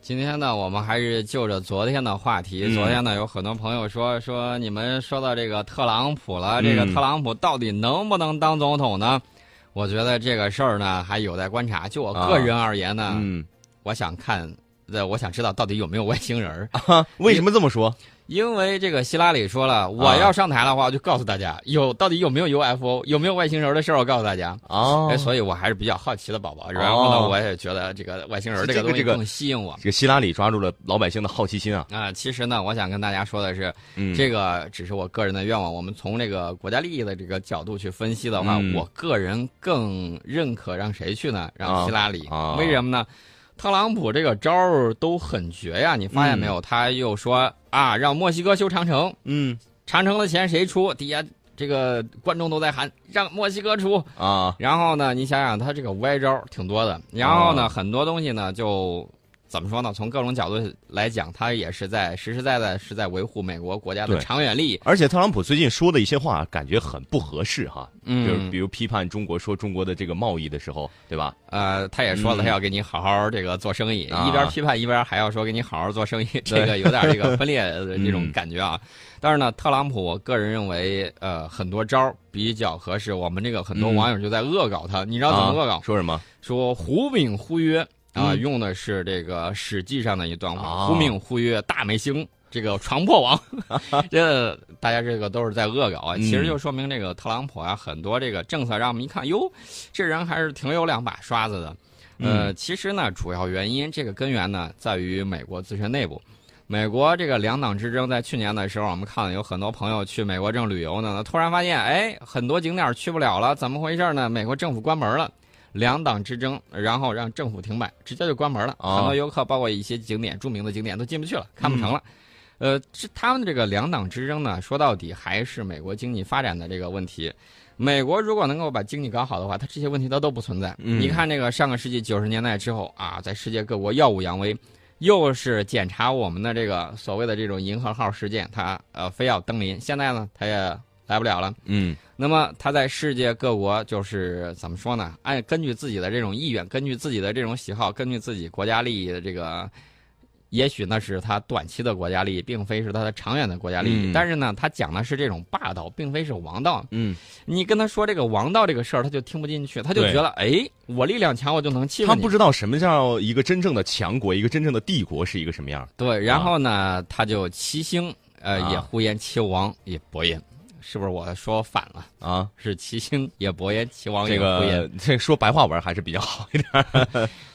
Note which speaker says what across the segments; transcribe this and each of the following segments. Speaker 1: 今天呢，我们还是就着昨天的话题。
Speaker 2: 嗯
Speaker 1: 昨天呢，有很多朋友说说你们说到这个特朗普了，这个
Speaker 2: 嗯
Speaker 1: 特朗普到底能不能当总统呢？我觉得这个事儿呢还有待观察。就我个人而言呢，
Speaker 2: 嗯，
Speaker 1: 我想看，呃，我想知道到底有没有外星人儿。
Speaker 2: 哈，为什么这么说？
Speaker 1: 因为这个希拉里说
Speaker 2: 啊
Speaker 1: 了，我要上台的话，我就告诉大家有到底有没有 UFO，有没有外星人的事儿，我告诉大家。
Speaker 2: 哦
Speaker 1: 哎，所以我还是比较好奇的宝宝。然后呢，
Speaker 2: 哦
Speaker 1: 我也觉得这个外星人
Speaker 2: 这
Speaker 1: 这个
Speaker 2: 个
Speaker 1: 东西
Speaker 2: 这个
Speaker 1: 更吸引我。
Speaker 2: 这个希拉里抓住了老百姓的好奇心啊。
Speaker 1: 啊、其实呢，我想跟大家说的是，
Speaker 2: 嗯，
Speaker 1: 这个只是我个人的愿望。我们从这个国家利益的这个角度去分析的话，
Speaker 2: 嗯
Speaker 1: 我个人更认可让谁去呢？让
Speaker 2: 啊
Speaker 1: 希拉里。
Speaker 2: 啊
Speaker 1: 为什么呢？特朗普这个招儿都很绝呀，你发现没有？他又说啊，让墨西哥修长城，
Speaker 2: 嗯
Speaker 1: 长城的钱谁出？底下这个观众都在喊让墨西哥出。
Speaker 2: 啊，
Speaker 1: 然后呢，你想想他这个歪招儿挺多的。然后呢，
Speaker 2: 啊
Speaker 1: 很多东西呢就怎么说呢？从各种角度来讲，他也是在实实在在是在维护美国国家的
Speaker 2: 对
Speaker 1: 长远利益。
Speaker 2: 而且特朗普最近说的一些话，感觉很不合适哈。就是
Speaker 1: 嗯
Speaker 2: 比，如批判中国，说中国的这个贸易的时候，对吧？
Speaker 1: 呃，他也说了，
Speaker 2: 嗯
Speaker 1: 他要给你好好这个做生意，
Speaker 2: 啊
Speaker 1: 一边批判一边还要说给你好好做 生意，这个有点这个分裂的这
Speaker 2: 嗯
Speaker 1: 种感觉啊。但是呢，特朗普，我个人认为，呃，很多招儿比较合适。我们这个很多
Speaker 2: 嗯
Speaker 1: 网友就在恶搞他，你知道怎么恶搞
Speaker 2: 啊？说什么？
Speaker 1: 说“胡饼忽约”啊、
Speaker 2: 嗯
Speaker 1: 用的是这个《史记》上的一段话，“
Speaker 2: 哦
Speaker 1: 忽饼忽约，大美星”。这个床破 王，这大家这个都是在恶搞啊，
Speaker 2: 嗯
Speaker 1: 其实就说明这个特朗普啊，很多这个政策让我们一看，哟，这人还是挺有两把刷子的。
Speaker 2: 嗯
Speaker 1: 呃，其实呢，主要原因这个根源呢，在于美国自身内部。美国这个两党之争，在去年的时候，我们看了有很多朋友去美国正旅游呢，那突然发现，哎，很多景点儿去不了了，怎么回事呢？美国政府关门了。两党之争，然后让政府停摆，直接就关门了。
Speaker 2: 哦嗯
Speaker 1: 很多游客，包括一些景点、著名的景点都进不去了，看不成了。呃，这他们这个两党之争呢，说到底还是美国经济发展的这个问题。美国如果能够把经济搞好的话，它这些问题它都不存在。
Speaker 2: 嗯
Speaker 1: 你看这个上个世纪九十年代之后啊，在世界各国耀武扬威，又是检查我们的这个所谓的这种银河号事件，它呃非要登临。现在呢，它也来不了了。
Speaker 2: 嗯
Speaker 1: 那么他在世界各国就是怎么说呢？按根据自己的这种意愿，根据自己的这种喜好，根据自己国家利益的这个，也许那是他短期的国家利益，并非是他的长远的国家利益。
Speaker 2: 嗯
Speaker 1: 但是呢，他讲的是这种霸道，并非是王道。
Speaker 2: 嗯，
Speaker 1: 你跟他说这个王道这个事儿，他就听不进去，他就
Speaker 2: 对
Speaker 1: 觉得哎，我力量强，我就能欺负
Speaker 2: 他
Speaker 1: 你。
Speaker 2: 不知道什么叫一个真正的强国，一个真正的帝国是一个什么样。
Speaker 1: 对，然后呢，他就七星，呃，
Speaker 2: 啊
Speaker 1: 也呼延其王也伯言，是不是我说反了？
Speaker 2: 啊，
Speaker 1: 是七星也伯言，其王也
Speaker 2: 这
Speaker 1: 呼延。
Speaker 2: 个这 说白话文还是比 较好一点。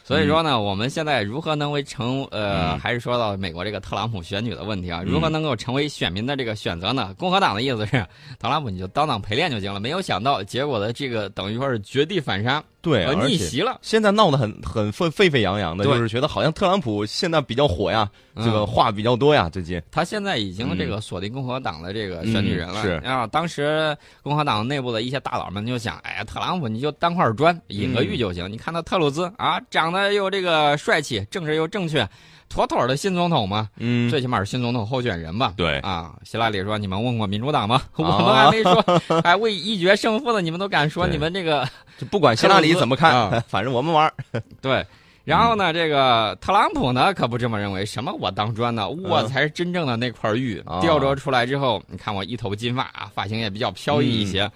Speaker 1: 所以说呢，我们现在如何能为成呃，
Speaker 2: 嗯
Speaker 1: 还是说到美国这个特朗普选举的问题啊，
Speaker 2: 嗯
Speaker 1: 如何能够成为选民的这个选择呢？共和党的意思是， 特朗普你就当当陪练就行了，没有想到结果的这个等于说是绝地反杀，
Speaker 2: 对，
Speaker 1: 呃，
Speaker 2: 而
Speaker 1: 逆
Speaker 2: 且
Speaker 1: 袭了。
Speaker 2: 现在闹得很很沸沸沸扬扬的，
Speaker 1: 对
Speaker 2: 就是觉得好像特朗普现在比较火呀，
Speaker 1: 嗯
Speaker 2: 这个话比较多呀，最近。
Speaker 1: 他现在已经
Speaker 2: 嗯
Speaker 1: 这个锁定共和党的这个选举人了。
Speaker 2: 嗯是
Speaker 1: 啊，当时共和党内部的一些大佬们就想，哎呀，特朗普你就当块砖，引个玉就行。你看他特鲁兹啊，长得又这个帅气，政治又正确，妥妥的新总统嘛，
Speaker 2: 嗯
Speaker 1: 最起码是新总统候选人吧。
Speaker 2: 对
Speaker 1: 啊，希拉里说：“你们问过民主党吗？ 我
Speaker 2: 啊
Speaker 1: 们还没说，还未一决胜负的，你们都敢说
Speaker 2: 对
Speaker 1: 你们这个
Speaker 2: 就不管希拉里怎么看，
Speaker 1: 啊
Speaker 2: 反正我们玩儿。
Speaker 1: 对。”然后呢，这个特朗普呢可不这么认为，什么我当砖呢，我才是真正的那块玉。
Speaker 2: 嗯啊
Speaker 1: 雕琢出来之后，你看我一头金发啊，发型也比较飘逸一
Speaker 2: 嗯
Speaker 1: 些。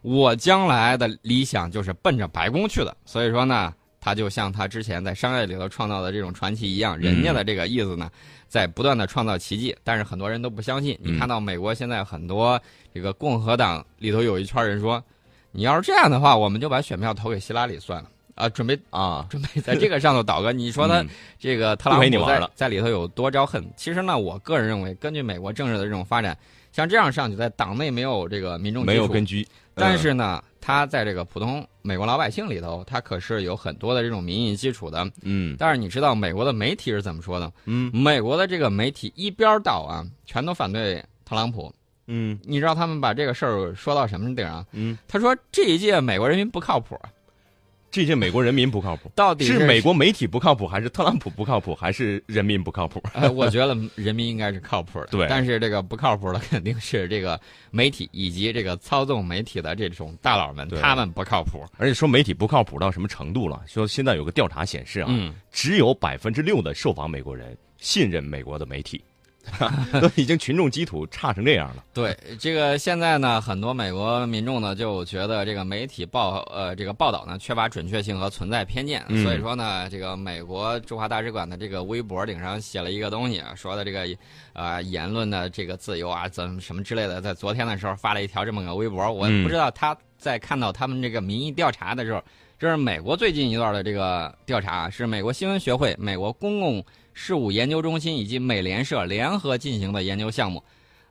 Speaker 1: 我将来的理想就是奔着白宫去的，所以说呢，他就像他之前在商业里头创造的这种传奇一样，人家
Speaker 2: 嗯
Speaker 1: 的这个意思呢，在不断的创造奇迹，但是很多人都不相信。你
Speaker 2: 嗯
Speaker 1: 看到美国现在很多这个共和党里头有一圈人说，你要是这样的话，我们就把选票投给希拉里算了啊，准备
Speaker 2: 啊，
Speaker 1: 准备在这个上头倒戈。你说他
Speaker 2: 嗯
Speaker 1: 这个特朗
Speaker 2: 不陪你
Speaker 1: 普
Speaker 2: 玩
Speaker 1: 在
Speaker 2: 了
Speaker 1: 在里头有多招恨？其实呢，我个人认为，根据美国政治的这种发展，像这样上去，在党内没有这个民众基础
Speaker 2: 没有根据，
Speaker 1: 但
Speaker 2: 嗯
Speaker 1: 是呢，他在这个普通美国老百姓里头，他可是有很多的这种民意基础的。
Speaker 2: 嗯
Speaker 1: 但是你知道美国的媒体是怎么说的？
Speaker 2: 嗯
Speaker 1: 美国的这个媒体一边倒啊，全都反对特朗普。
Speaker 2: 嗯
Speaker 1: 你知道他们把这个事儿说到什么顶上？
Speaker 2: 嗯，
Speaker 1: 他说这一届美国人民不靠谱，啊
Speaker 2: 这届美国人民不靠谱，
Speaker 1: 到底
Speaker 2: 是美国媒体不靠谱，还是特朗普不靠谱，还是人民不靠谱？
Speaker 1: 呃，我觉得人民应该是靠谱的，
Speaker 2: 对
Speaker 1: 但是这个不靠谱的肯定是这个媒体以及这个操纵媒体的这种大佬们，
Speaker 2: 对
Speaker 1: 他们不靠谱。
Speaker 2: 而且说媒体不靠谱到什么程度了？说现在有个调查显示啊，
Speaker 1: 嗯，
Speaker 2: 只有百分之六的受访美国人信任美国的媒体，都已经群众基础差成这样了。
Speaker 1: 对，这个现在呢，很多美国民众呢就觉得这个媒体报呃这个报道呢缺乏准确性和存在偏见，
Speaker 2: 嗯
Speaker 1: 所以说呢，这个美国驻华大使馆的这个微博顶上写了一个东西，啊说的这个呃言论的这个自由啊，怎么什么之类的，在昨天的时候发了一条这么个微博，我
Speaker 2: 嗯
Speaker 1: 不知道他在看到他们这个民意调查的时候，这是美国最近一段的这个调查啊，是美国新闻学会、美国公共事务研究中心以及美联社联合进行的研究项目。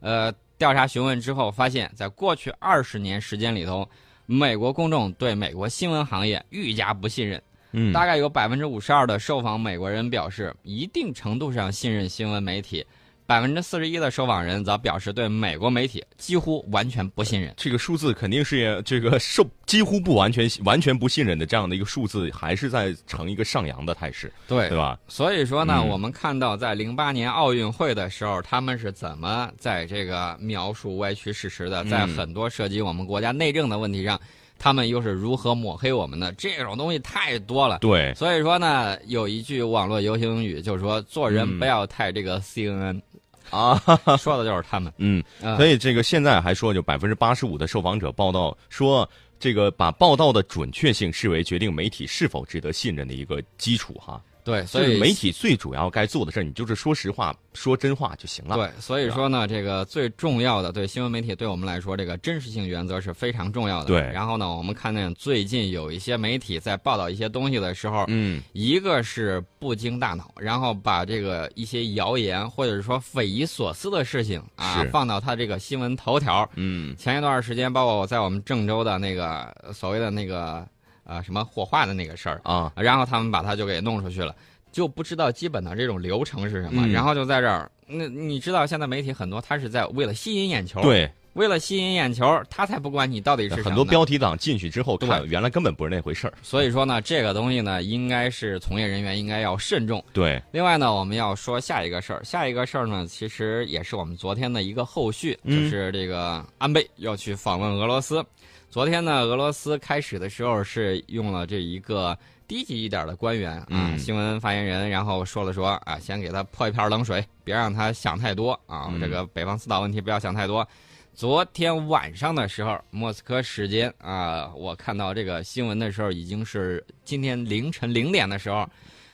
Speaker 1: 呃，调查询问之后发现，在过去二十年时间里头，美国公众对美国新闻行业愈加不信任。
Speaker 2: 嗯
Speaker 1: 大概有百分之五十二的受访美国人表示，一定程度上信任新闻媒体。百分之四十一的受访人则表示对美国媒体几乎完全不信任。
Speaker 2: 这个数字肯定是这个受几乎不完全完全不信任的这样的一个数字，还是在呈一个上扬的态势，
Speaker 1: 对
Speaker 2: 对吧？
Speaker 1: 所以说呢，
Speaker 2: 嗯
Speaker 1: 我们看到在零八年奥运会的时候，他们是怎么在这个描述歪曲事实的，
Speaker 2: 嗯
Speaker 1: 在很多涉及我们国家内政的问题上，他们又是如何抹黑我们的？这种东西太多了。
Speaker 2: 对，
Speaker 1: 所以说呢，有一句网络流行语就是说，做人
Speaker 2: 嗯
Speaker 1: 不要太这个 CNN，、
Speaker 2: 啊，
Speaker 1: 说的就是他们。
Speaker 2: 嗯，
Speaker 1: 啊、
Speaker 2: 所以这个现在还说，就百分之八十五的受访者报道说，这个把报道的准确性视为决定媒体是否值得信任的一个基础哈。
Speaker 1: 对，
Speaker 2: 就
Speaker 1: 所
Speaker 2: 是
Speaker 1: 以
Speaker 2: 媒体最主要该做的事儿，你就是说实话、说真话就行了。，
Speaker 1: 对，所以
Speaker 2: 是吧
Speaker 1: 说呢，这个最重要的对新闻媒体对我们来说，这个真实性原则是非常重要的。
Speaker 2: 对
Speaker 1: 然后呢，我们看见最近有一些媒体在报道一些东西的时候，
Speaker 2: 嗯，
Speaker 1: 一个是不经大脑，然后把这个一些谣言或者是说匪夷所思的事情啊
Speaker 2: 是
Speaker 1: 放到他这个新闻头条。
Speaker 2: 嗯，
Speaker 1: 前一段时间，包括我在我们郑州的那个呃所谓的那个呃什么火化的那个事儿，
Speaker 2: 啊，
Speaker 1: 然后他们把它就给弄出去了，就不知道基本的这种流程是什么。
Speaker 2: 嗯
Speaker 1: 然后就在这儿，那你知道现在媒体很多，他是在为了吸引眼球，，
Speaker 2: 对，
Speaker 1: 为了吸引眼球，他才不管你到底哦是什么
Speaker 2: 很多
Speaker 1: 呢。
Speaker 2: 标题党进去之后
Speaker 1: 对
Speaker 2: 看，原来根本不是那回事儿。
Speaker 1: 所以说呢，这个东西呢，应该是从业人员应该要慎重。
Speaker 2: 对，
Speaker 1: 另外呢，我们要说下一个事儿，下一个事儿呢，其实也是我们昨天的一个后续，
Speaker 2: 嗯
Speaker 1: 就是这个安倍要去访问俄罗斯。昨天呢，俄罗斯开始的时候是用了这一个低级一点的官员啊，
Speaker 2: 嗯
Speaker 1: 新闻发言人，然后说了说啊，先给他泼一瓢冷水，别让他想太多啊，
Speaker 2: 嗯
Speaker 1: 这个北方四岛问题不要想太多。昨天晚上的时候，莫斯科时间啊，我看到这个新闻的时候，已经是今天凌晨零点的时候。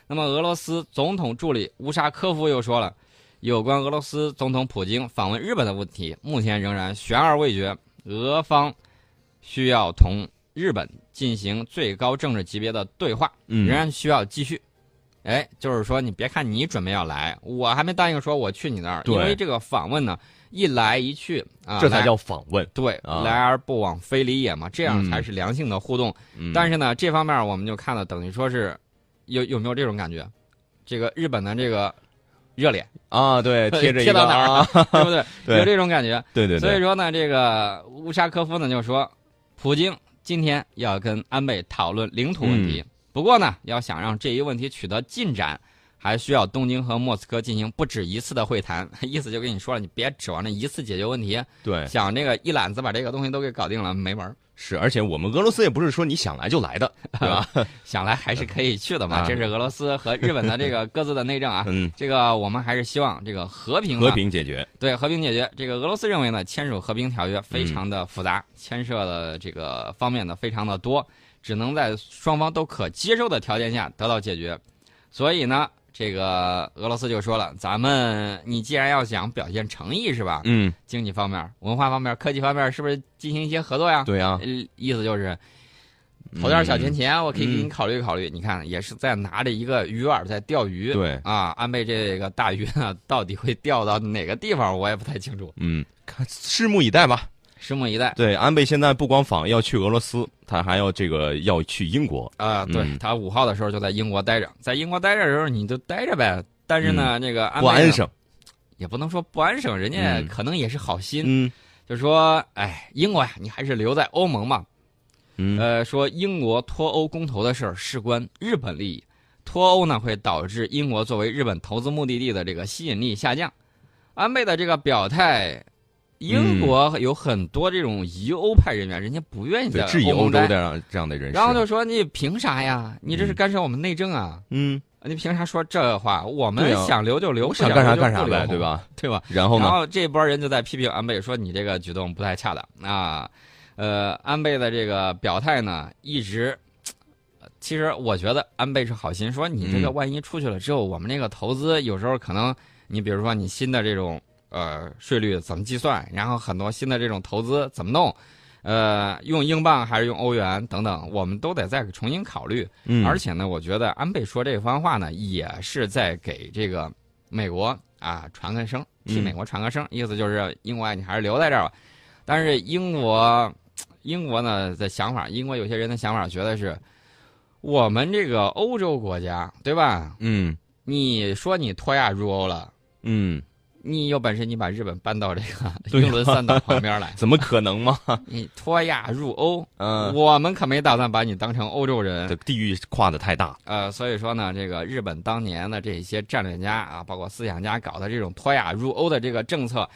Speaker 1: 那么，俄罗斯总统助理乌沙科夫又说了，有关俄罗斯总统普京访问日本的问题，目前仍然悬而未决。俄方需要同日本进行最高政治级别的对话，仍
Speaker 2: 嗯，
Speaker 1: 然需要继续。哎，就是说，你别看你准备要来，我还没答应说我去你那儿，
Speaker 2: 对
Speaker 1: 因为这个访问呢，一来一去啊，
Speaker 2: 这才
Speaker 1: 来
Speaker 2: 叫访问。
Speaker 1: 对，
Speaker 2: 啊
Speaker 1: 来而不往非礼也嘛，这样才是良性的互动。
Speaker 2: 嗯
Speaker 1: 但是呢，这方面我们就看了，等于说是有有没有这种感觉？这个日本的这个热脸，
Speaker 2: 啊，对，贴着一
Speaker 1: 贴到
Speaker 2: 个
Speaker 1: 哪儿
Speaker 2: 啊，
Speaker 1: 对不对？
Speaker 2: 对
Speaker 1: 有这种感觉。
Speaker 2: 对对
Speaker 1: 所以
Speaker 2: 对，
Speaker 1: 说呢，这个乌沙科夫呢就说，普京今天要跟安倍讨论领土问
Speaker 2: 嗯
Speaker 1: 题。不过呢，要想让这一问题取得进展，还需要东京和莫斯科进行不止一次的会谈。意思就跟你说了，你别指望这一次解决问题，
Speaker 2: 对
Speaker 1: 想这个一揽子把这个东西都给搞定了没门儿。
Speaker 2: 是，而且我们俄罗斯也不是说你想来就来的，对吧？
Speaker 1: 想来还是可以去的嘛。
Speaker 2: 啊
Speaker 1: 这是俄罗斯和日本的这个各自的内 政啊。
Speaker 2: 嗯，
Speaker 1: 这个我们还是希望这个和平嘛
Speaker 2: 和平解决。
Speaker 1: 对和平解决。这个俄罗斯认为呢，签署和平条约
Speaker 2: 嗯
Speaker 1: 非常的复杂，牵涉的这个方面呢非常的多，只能在双方都可接受的条件下得到解决。所以呢，这个俄罗斯就说了，咱们你既然要想表现诚意是吧？
Speaker 2: 嗯，
Speaker 1: 经济方面、文化方面、科技方面，是不是进行一些合作呀？
Speaker 2: 对啊，
Speaker 1: 呃意思就是投点小钱
Speaker 2: 嗯，
Speaker 1: 钱，我可以给你
Speaker 2: 嗯
Speaker 1: 考虑考虑。你看，也是在拿着一个鱼饵在钓鱼。
Speaker 2: 对，
Speaker 1: 啊，安倍这个大鱼呢，到底会钓到哪个地方，我也不太清楚，
Speaker 2: 嗯，看拭目以待吧。
Speaker 1: 拭目以待。
Speaker 2: 对，安倍现在不光访要去俄罗斯，他还要这个要去英国。
Speaker 1: 啊、对、
Speaker 2: 嗯
Speaker 1: 他五号的时候就在英国待着，在英国待着的时候你就待着呗。但是呢，这个安
Speaker 2: 嗯不
Speaker 1: 倍
Speaker 2: 安啊
Speaker 1: 呢
Speaker 2: 省，
Speaker 1: 也不能说不安省，人家
Speaker 2: 嗯
Speaker 1: 可能也是好心，
Speaker 2: 嗯，
Speaker 1: 就说，哎，英国呀，你还是留在欧盟吧。
Speaker 2: 嗯
Speaker 1: 呃，说英国脱欧公投的事儿事关日本利益，脱欧呢会导致英国作为日本投资目的地的这个吸引力下降。安倍的这个表态，英国有很多这种疑欧派人员，人家不愿意在
Speaker 2: 嗯对，质疑欧
Speaker 1: 盟
Speaker 2: 洲
Speaker 1: 待
Speaker 2: 这样这样的人士，
Speaker 1: 然后就说你凭啥呀？你这是干涉我们内政啊！
Speaker 2: 嗯，
Speaker 1: 你凭啥说这话？我
Speaker 2: 对
Speaker 1: 们
Speaker 2: 啊
Speaker 1: 想留就留，不
Speaker 2: 想干
Speaker 1: 留
Speaker 2: 啥
Speaker 1: 就
Speaker 2: 干
Speaker 1: 不
Speaker 2: 啥呗，
Speaker 1: 留
Speaker 2: 对？吧？
Speaker 1: 对吧？
Speaker 2: 然后
Speaker 1: 然
Speaker 2: 呢？
Speaker 1: 后呃这波人就在批评安倍说你这个举动不太恰当啊，呃，安倍的这个表态呢，一直，呃其实我觉得安倍是好心，说你这个
Speaker 2: 嗯
Speaker 1: 万一出去了之后，我们这个投资有时候可能，你比如说你新的这种呃税率怎么计算，然后很多新的这种投资怎么弄。呃，用英镑还是用欧元等等，我们都得再重新考虑。
Speaker 2: 嗯，
Speaker 1: 而且呢，我觉得安倍说这番话呢，也是在给这个美国啊传个声，替
Speaker 2: 嗯
Speaker 1: 美国传个声，意思就是英国啊，你还是留在这儿吧。但是英国，英国呢的想法，英国有些人的想法觉得是，我们这个欧洲国家，对吧？
Speaker 2: 嗯
Speaker 1: 你说你脱亚入欧了，
Speaker 2: 嗯，
Speaker 1: 你有本事你把日本搬到这个
Speaker 2: 对呀，
Speaker 1: 英伦三岛旁边来
Speaker 2: 怎么可能嘛？
Speaker 1: 你脱亚入欧，
Speaker 2: 嗯，
Speaker 1: 我们可没打算把你当成欧洲人
Speaker 2: 这。地域跨的太大，
Speaker 1: 呃，所以说呢，这个日本当年的这些战略家啊，包括思想家搞的这种脱亚入欧的这个政策，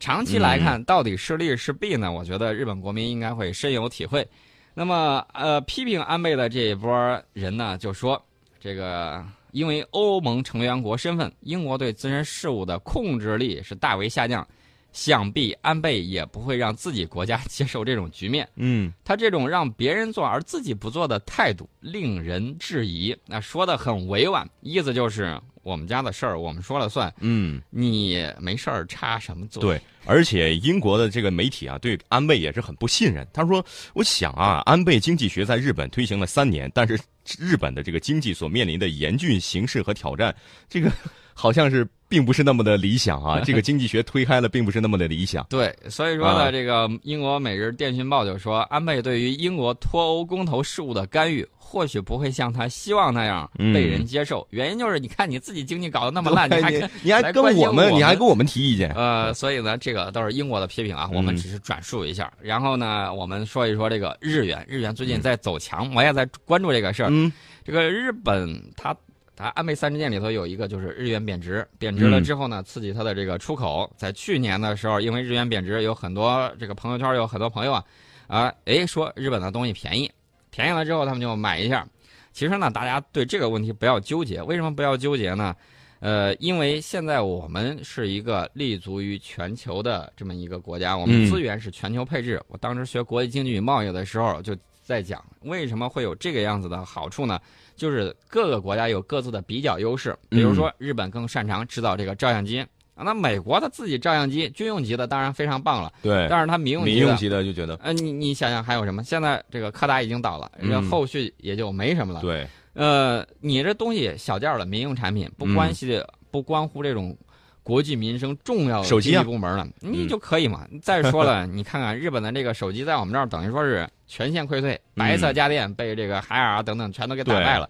Speaker 1: 长期来看到底是利是弊呢？我觉得日本国民应该会深有体会。那么，呃，批评安倍的这一波人呢，就说这个因为欧盟成员国身份，英国对自身事务的控制力是大为下降，想必安倍也不会让自己国家 接受这种局面。
Speaker 2: 嗯
Speaker 1: 他这种让别人做而自己不做的态度，令人质疑。那说的很委婉，意思就是我们家的事儿我们说了算，
Speaker 2: 嗯，
Speaker 1: 你没事儿插什么嘴？，
Speaker 2: 对。而且英国的这个媒体啊，对安倍也是很不信任。他说：“我想啊，安倍经济学在日本推行了三年，但是日本的这个经济所面临的严峻形势和挑战，这个好像是并不是那么的理想 啊。这个经济学推开了，并不是那么的理想。
Speaker 1: 对，所以说呢，
Speaker 2: 啊
Speaker 1: 这个英国《每日电讯报》就说，安倍对于英国脱欧公投事务的干预，或许不会像他希望那样
Speaker 2: 嗯
Speaker 1: 被人接受。原因就是你看你自己经济搞得那么烂，你还
Speaker 2: 对
Speaker 1: 跟
Speaker 2: 你还
Speaker 1: 来
Speaker 2: 跟
Speaker 1: 关心
Speaker 2: 我们，
Speaker 1: 我
Speaker 2: 你还
Speaker 1: 们
Speaker 2: 跟我们提意见？
Speaker 1: 呃，所以呢，这个都是英国的批评啊，我们
Speaker 2: 嗯
Speaker 1: 只是转述一下。然后呢，我们说一说这个日元，日元最近在走强，我也在关注这个事儿。
Speaker 2: 嗯
Speaker 1: 这个日本它它安倍三支箭里头有一个就是日元贬值，贬值了
Speaker 2: 嗯
Speaker 1: 之后呢，刺激它的这个出口。在去年的时候，因为日元贬值，有很多这个朋友圈有很多朋友啊啊，诶，说日本的东西便宜，便宜了之后他们就买一下。其实呢，大家对这个问题不要纠结。为什么不要纠结呢？呃，因为现在我们是一个立足于全球的这么一个国家，我们
Speaker 2: 嗯
Speaker 1: 资源是全球配置。我当时学国际经济与贸易的时候就在讲，为什么会有这个样子的好处呢？就是各个国家有各自的比较优势，比如
Speaker 2: 嗯
Speaker 1: 说日本更擅长制造这个照相机，啊那美国它自己照相机军用级的当然非常棒了，
Speaker 2: 对，
Speaker 1: 但是它民用
Speaker 2: 民
Speaker 1: 级的
Speaker 2: 用，级的就觉得
Speaker 1: 呃，你你想想还有什么？现在这个柯达已经倒了，然后
Speaker 2: 嗯
Speaker 1: 后续也就没什么了。
Speaker 2: 对，
Speaker 1: 呃，你这东西小件儿了，民用产品不
Speaker 2: 嗯
Speaker 1: 关系、不关乎这种国计民生重要的
Speaker 2: 手
Speaker 1: 经
Speaker 2: 机啊
Speaker 1: 济部门了，你
Speaker 2: 嗯
Speaker 1: 就可以嘛。再说 了，你看看日本的这个手机在我们这儿等于说是全线溃退，
Speaker 2: 嗯
Speaker 1: 白色家电被这个海尔啊等等全都给打败了。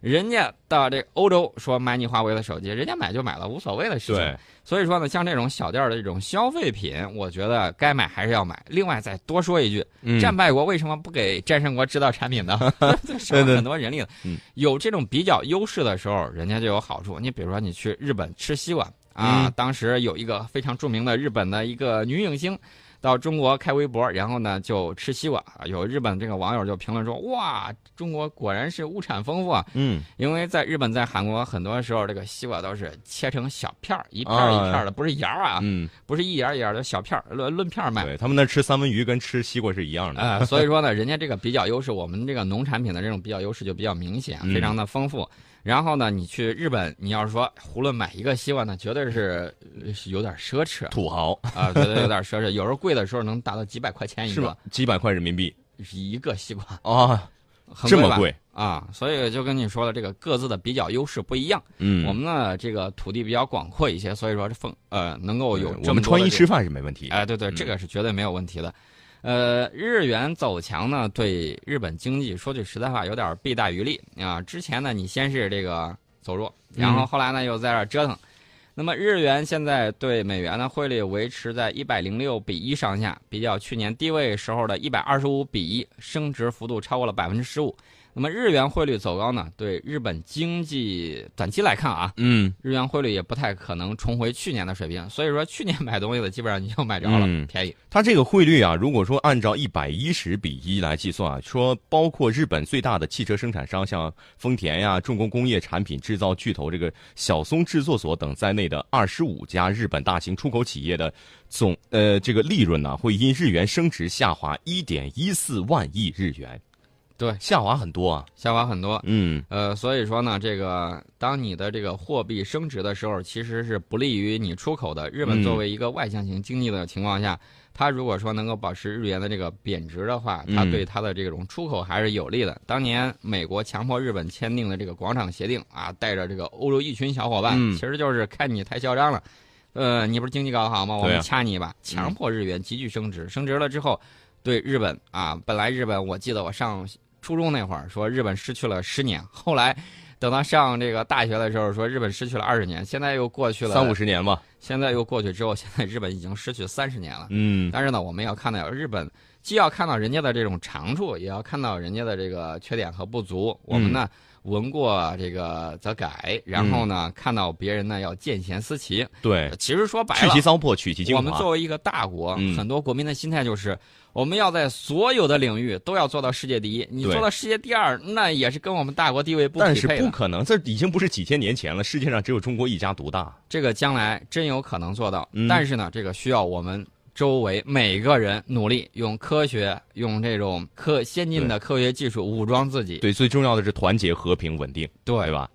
Speaker 1: 人家到这欧洲说买你华为的手机，人家买就买了，无所谓的事情
Speaker 2: 对。，
Speaker 1: 所以说呢，像这种小件儿的这种消费品，我觉得该买还是要买。另外再多说一句，
Speaker 2: 嗯
Speaker 1: 战败国为什么不给战胜国制造产 品呢？这省了
Speaker 2: 对
Speaker 1: 很多人力了
Speaker 2: 嗯。
Speaker 1: 有这种比较优势的时候，人家就有好处。你比如说，你去日本吃西瓜啊
Speaker 2: 嗯，
Speaker 1: 当时有一个非常著名的日本的一个女影星。到中国开微博，然后呢就吃西瓜。啊有日本这个网友就评论说：“哇，中国果然是物产丰富啊！
Speaker 2: 嗯，
Speaker 1: 因为在日本、在韩国，很多时候这个西瓜都是切成小片儿，一片
Speaker 2: 啊
Speaker 1: 儿一片儿的，不是芽儿啊，
Speaker 2: 嗯，
Speaker 1: 不是一芽儿一芽儿的小片儿，论论片儿卖。
Speaker 2: 对他们那吃三文鱼跟吃西瓜是一样的。
Speaker 1: 啊、所以说呢，人家这个比较优势，我们这个农产品的这种比较优势就比较明显，
Speaker 2: 嗯
Speaker 1: 非常的丰富。然后呢，你去日本，你要是说胡乱买一个西瓜呢，绝对是呃是有点奢侈
Speaker 2: 土豪
Speaker 1: 啊，绝对有点奢侈。有时候贵的时候能达到几百块钱一
Speaker 2: 是吧
Speaker 1: 个，？
Speaker 2: 几百块人民币
Speaker 1: 一个西瓜，
Speaker 2: 啊，
Speaker 1: 很
Speaker 2: 这么
Speaker 1: 吧
Speaker 2: 贵？
Speaker 1: 啊！所以就跟你说了，这个各自的比较优势不一样。
Speaker 2: 嗯，
Speaker 1: 我们呢，这个土地比较广阔一些，所以说这丰呃能够有
Speaker 2: 对
Speaker 1: 这
Speaker 2: 哎我
Speaker 1: 么
Speaker 2: 们
Speaker 1: 多
Speaker 2: 穿
Speaker 1: 的
Speaker 2: 衣
Speaker 1: 这
Speaker 2: 吃饭是没问题。
Speaker 1: 哎，对对，这
Speaker 2: 嗯
Speaker 1: 个是绝对没有问题的。呃，日元走强呢，对日本经济说句实在话，有点弊大于利啊。之前呢，你先是这个走弱，然后
Speaker 2: 嗯
Speaker 1: 后来呢又在这儿折腾，那么日元现在对美元的汇率维持在一百零六比一上下，比较去年低位时候的一百二十五比一，升值幅度超过了百分之十五。那么日元汇率走高呢，对日本经济短期来看啊，
Speaker 2: 嗯，
Speaker 1: 日元汇率也不太可能重回去年的水平。所以说，去年买东西的基本上你就买着了，
Speaker 2: 嗯
Speaker 1: 便宜。
Speaker 2: 它这个汇率啊，如果说按照一百一十比一来计算啊，说包括日本最大的汽车生产商，像丰田呀、重工工业产品制造巨头这个小松制作所等在内的二十五家日本大型出口企业的总呃这个利润呢、会因日元升值下滑一点一四万亿日元，
Speaker 1: 对
Speaker 2: 下滑很多啊。
Speaker 1: 下滑很多。
Speaker 2: 嗯
Speaker 1: 呃，所以说呢，这个当你的这个货币升值的时候，其实是不利于你出口的。日本
Speaker 2: 嗯
Speaker 1: 作为一个外向型经济的情况下，它如果说能够保持日元的这个贬值的话，它
Speaker 2: 嗯
Speaker 1: 对它的这种出口还是有利的。当年美国强迫日本签订的这个广场协定啊，带着这个欧洲一群小伙伴，
Speaker 2: 嗯
Speaker 1: 其实就是看你太嚣张了。呃，你不是经济搞好吗？我
Speaker 2: 对
Speaker 1: 们
Speaker 2: 啊
Speaker 1: 掐你一把，强迫日元急剧升值，升值了之后，对日本啊，本来日本我记得我上初中那会儿说日本失去了十年，后来等到上这个大学的时候说日本失去了二十年，现在又过去了
Speaker 2: 三五，十年吧。
Speaker 1: 现在又过去之后，现在日本已经失去三十年了。
Speaker 2: 嗯
Speaker 1: 但是呢，我们要看到日本，既要看到人家的这种长处，也要看到人家的这个缺点和不足。我们
Speaker 2: 嗯
Speaker 1: 呢，闻过这个则改，然后呢，看到别人呢要见贤思齐。
Speaker 2: 对，
Speaker 1: 其实说白
Speaker 2: 去
Speaker 1: 了
Speaker 2: 其，糟粕，取其精
Speaker 1: 我
Speaker 2: 华。
Speaker 1: 们作为一个大国，
Speaker 2: 嗯
Speaker 1: 很多国民的心态就是，我们要在所有的领域都要做到世界第一。你
Speaker 2: 对
Speaker 1: 做到世界第二，那也是跟我们大国地位不
Speaker 2: 但
Speaker 1: 匹
Speaker 2: 是
Speaker 1: 配
Speaker 2: 不
Speaker 1: 的。
Speaker 2: 可能，这已经不是几千年前了。世界上只有中国一家独大。
Speaker 1: 这个将来真有可能做到，
Speaker 2: 嗯
Speaker 1: 但是呢，这个需要我们周围每个人努力，用科学，用这种科先进的科学技术武装自己。
Speaker 2: 对，最重要的是团结、和平、稳定，
Speaker 1: 对
Speaker 2: 对吧？